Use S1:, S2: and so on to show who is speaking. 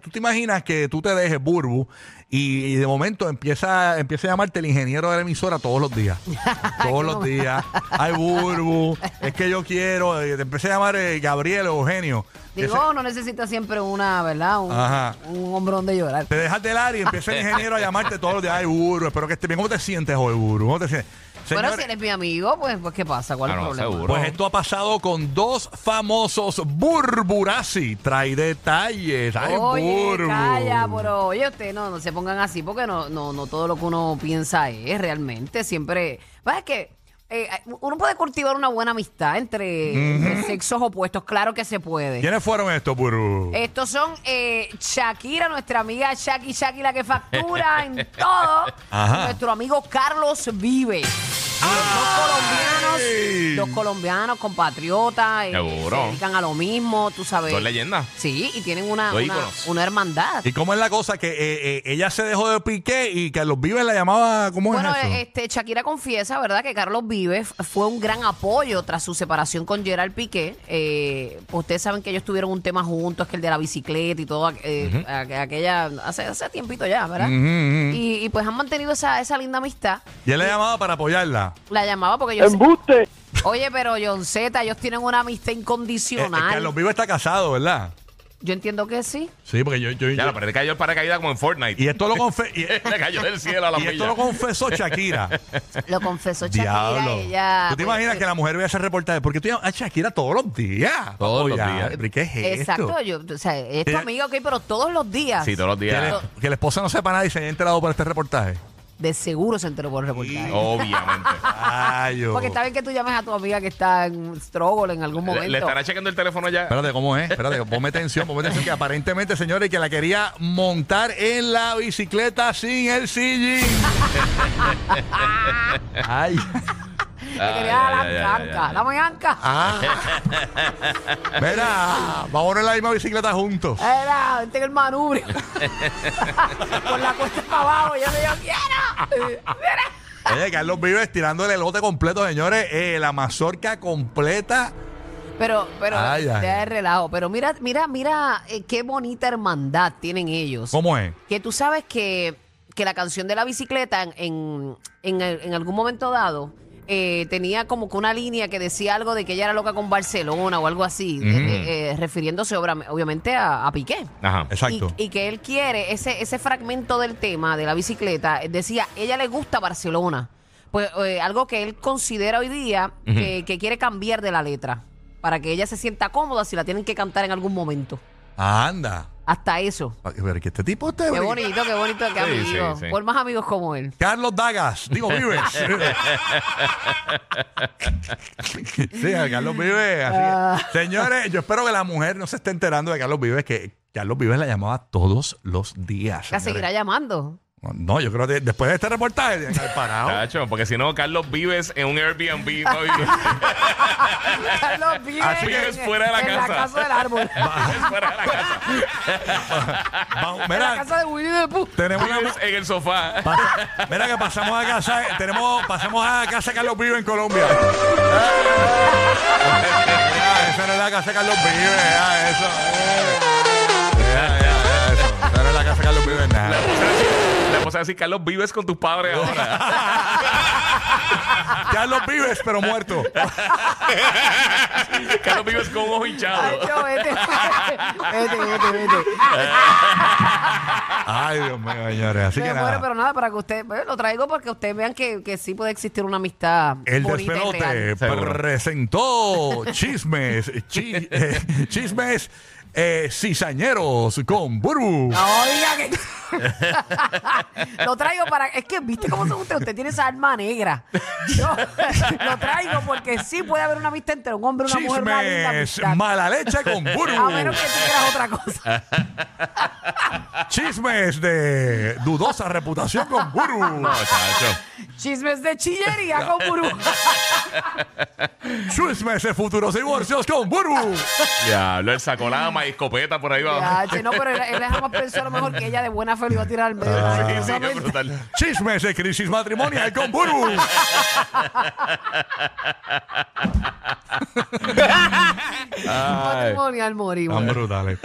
S1: ¿Tú te imaginas que tú te dejes burbu y, y de momento empieza, empieza a llamarte el ingeniero de la emisora todos los días? todos los días. Ay, burbu, es que yo quiero. eh, Te empecé a llamar eh, Gabriel o Eugenio. Que
S2: Digo,
S1: se-
S2: no necesita siempre una, ¿verdad? Un,
S1: Ajá.
S2: un hombre donde llorar.
S1: te dejas del área y empieza el ingeniero a llamarte todos los días. Ay, burbu, espero que estés bien. ¿Cómo te sientes hoy, burbu? ¿Cómo te sientes?
S2: Bueno, si
S1: Señores,
S2: eres mi amigo, pues, pues ¿qué pasa? ¿Cuál
S3: Ah,
S2: es
S3: no,
S2: el problema?
S3: seguro.
S1: Pues esto ha pasado con dos famosos burburasi. Trae detalles. Ay,
S2: Oye,
S1: burbu.
S2: calla, pero oye, ustedes no, no se pongan así porque no, no, no todo lo que uno piensa es realmente. Siempre. ¿Sabes que eh, uno puede cultivar una buena amistad entre, entre sexos opuestos, claro que se puede.
S1: ¿Quiénes fueron estos, burbu?
S2: Estos son eh, Shakira, nuestra amiga Shaki Shaki, la que factura en todo.
S1: Ajá.
S2: Nuestro amigo Carlos Vive.
S1: ¡Ay!
S2: Los dos colombianos, dos colombianos, compatriotas, eh,
S3: Seguro.
S2: se dedican a lo mismo, tú sabes.
S3: Dos leyendas.
S2: Sí, y tienen una,
S3: Dos
S2: una,
S3: íconos.
S2: una hermandad.
S1: ¿Y cómo es la cosa? Que eh, eh, ella se dejó de piqué y Carlos Vives la llamaba. ¿Cómo
S2: Bueno,
S1: es eso?
S2: eh, este, Shakira confiesa, ¿verdad?, que Carlos Vives fue un gran apoyo tras su separación con Gerard Piqué. Eh, ustedes saben que ellos tuvieron un tema juntos, que el de la bicicleta y todo, eh, aqu- aquella, hace, hace tiempito ya, ¿verdad? y, y pues han mantenido esa, esa linda amistad.
S1: y él la llamaba para apoyarla.
S2: La llamaba porque yo...
S4: ¡Embuste!
S2: Oye, pero John Z, ellos tienen una amistad
S1: Eh, eh,
S2: incondicional.
S1: Carlos Vives está casado, ¿verdad?
S2: yo entiendo que sí.
S1: Sí, porque yo. yo-
S3: Ya,
S1: yo-
S3: lo parece que cayó el paracaídas como en Fortnite.
S1: y esto lo confe- y-
S3: le cayó del cielo a la
S1: y esto
S3: milla.
S1: lo confesó Shakira.
S2: Lo confesó Shakira,
S1: Diablo.
S2: ella...
S1: ¿Tú te
S2: pues,
S1: imaginas que la mujer vea ese reportaje? Porque tú llamas a Shakira todos los días.
S3: Todos los
S1: Oye,
S3: días.
S1: Adri, ¿Qué es esto?
S2: Exacto, yo, o sea, es tu
S1: Ella-
S2: amiga, ok, pero todos los días.
S3: Sí, todos los
S1: Que,
S3: días.
S1: le- que la esposa no sepa nada y se haya enterado por este reportaje.
S2: De seguro se enteró por el reportaje.
S3: Oh. Obviamente.
S1: Ay, yo.
S2: Porque está bien que tú llames a tu amiga que está en un struggle en algún
S3: Le,
S2: momento.
S3: le estará checando el teléfono ya.
S1: Espérate, ¿cómo es? Espérate, ponme atención, ponme atención. Que aparentemente, señores, que la quería montar en la bicicleta sin el sillín. Ay.
S2: Le
S3: Ah,
S2: quería
S3: ya,
S2: dar
S3: ya, ya,
S2: la
S3: ya,
S2: anca,
S3: ya.
S2: dame anca.
S1: Ah. Mira, vamos en la misma bicicleta juntos.
S2: Era, vente eh, en el manubrio. Por la cuesta para abajo, yo le digo, quiero. Mira.
S1: Oye, Carlos Vives tirándole el lote completo, señores. Eh, la mazorca completa.
S2: Pero, pero,
S1: Ay, ay.
S2: ya de relajo. Pero mira, mira, mira eh, qué bonita hermandad tienen ellos.
S1: ¿Cómo es?
S2: Que tú sabes que, que la canción de la bicicleta en, en, en- en algún momento dado eh, tenía como que una línea que decía algo de que ella era loca con Barcelona o algo así, eh, eh, refiriéndose obra- obviamente a, a Piqué.
S3: Ajá.
S1: Exacto.
S2: Y, y que él quiere, ese, ese fragmento del tema de la bicicleta, eh, decía, ella le gusta Barcelona. Pues eh, algo que él considera hoy día que, que quiere cambiar de la letra, para que ella se sienta cómoda si la tienen que cantar en algún momento.
S1: Ah, Anda.
S2: Hasta eso.
S1: Ay, Pero que este tipo te
S2: Qué bonito, qué bonito, qué
S3: Sí, sí,
S2: amigo.
S3: sí.
S2: Por más amigos como él.
S1: Carlos Dagas, digo Vives. sí, a Carlos Vives. así que-
S2: Ah.
S1: Señores, yo espero que la mujer no se esté enterando de Carlos Vives, que Carlos Vives la llamaba todos los días.
S2: La
S1: señores.
S2: seguirá llamando.
S1: No, yo creo que después de este reportaje, tiene que haber parado.
S3: Tacho, porque si no, Carlos vives en un Airbnb. no vives.
S2: Carlos vive
S1: Así
S3: que es fuera de la
S2: en
S3: casa.
S2: la casa del árbol.
S3: Es fuera de la casa.
S1: Vamos,
S2: en la
S1: mira,
S2: casa de Willy de Pooh.
S1: tenemos una-
S3: Vives en el sofá.
S1: pa- mira que pasamos a casa, tenemos, pasamos a casa de Carlos Vives en Colombia. Ah, Esa no es la casa de Carlos Vives, ah, eso. eh. Ya, ya, ya, eso. Esa no es la casa de Carlos Vives, nada.
S3: La esposa decir, Carlos, vives con tus padres ahora.
S1: Carlos Vives, pero muerto.
S3: Carlos, vives con un ojo
S2: Ay,
S3: hinchado.
S2: yo, este, vete. vete, vete, vete.
S1: Ay, Dios mío, señores. Así
S2: Me
S1: que
S2: muero,
S1: nada.
S2: pero nada, para que ustedes pues, lo traigo porque ustedes vean que, que sí puede existir una amistad.
S1: El
S2: bonita y real.
S1: despelote
S3: Seguro.
S1: presentó chismes, chi- eh, chismes eh, Cizañeros con Burbu.
S2: Oiga, que... lo traigo para. Es que, ¿viste cómo son ustedes? Usted tiene esa alma negra. Yo lo traigo porque sí puede haber una amistad entre un hombre, una mujer, una linda
S1: Chismes,
S2: amistad. Ah,
S1: mala leche con
S2: A menos
S1: Burbu.
S2: que tú quieras otra cosa.
S1: Chismes de dudosa reputación con Burbu.
S3: No, chacho.
S2: Chismes de chillería con burú.
S1: Chismes de futuros divorcios con Burbu.
S3: Diablo, él sacó la ama y escopeta por ahí va.
S2: Ya, che, no, pero él, él jamás pensó a lo mejor que ella de buena fe lo iba a tirar al medio.
S3: Sí, sí, qué
S2: Solamente-
S3: brutal.
S1: Chismes de crisis matrimonial con Burbu.
S2: matrimonial morimos.
S1: Tan brutales.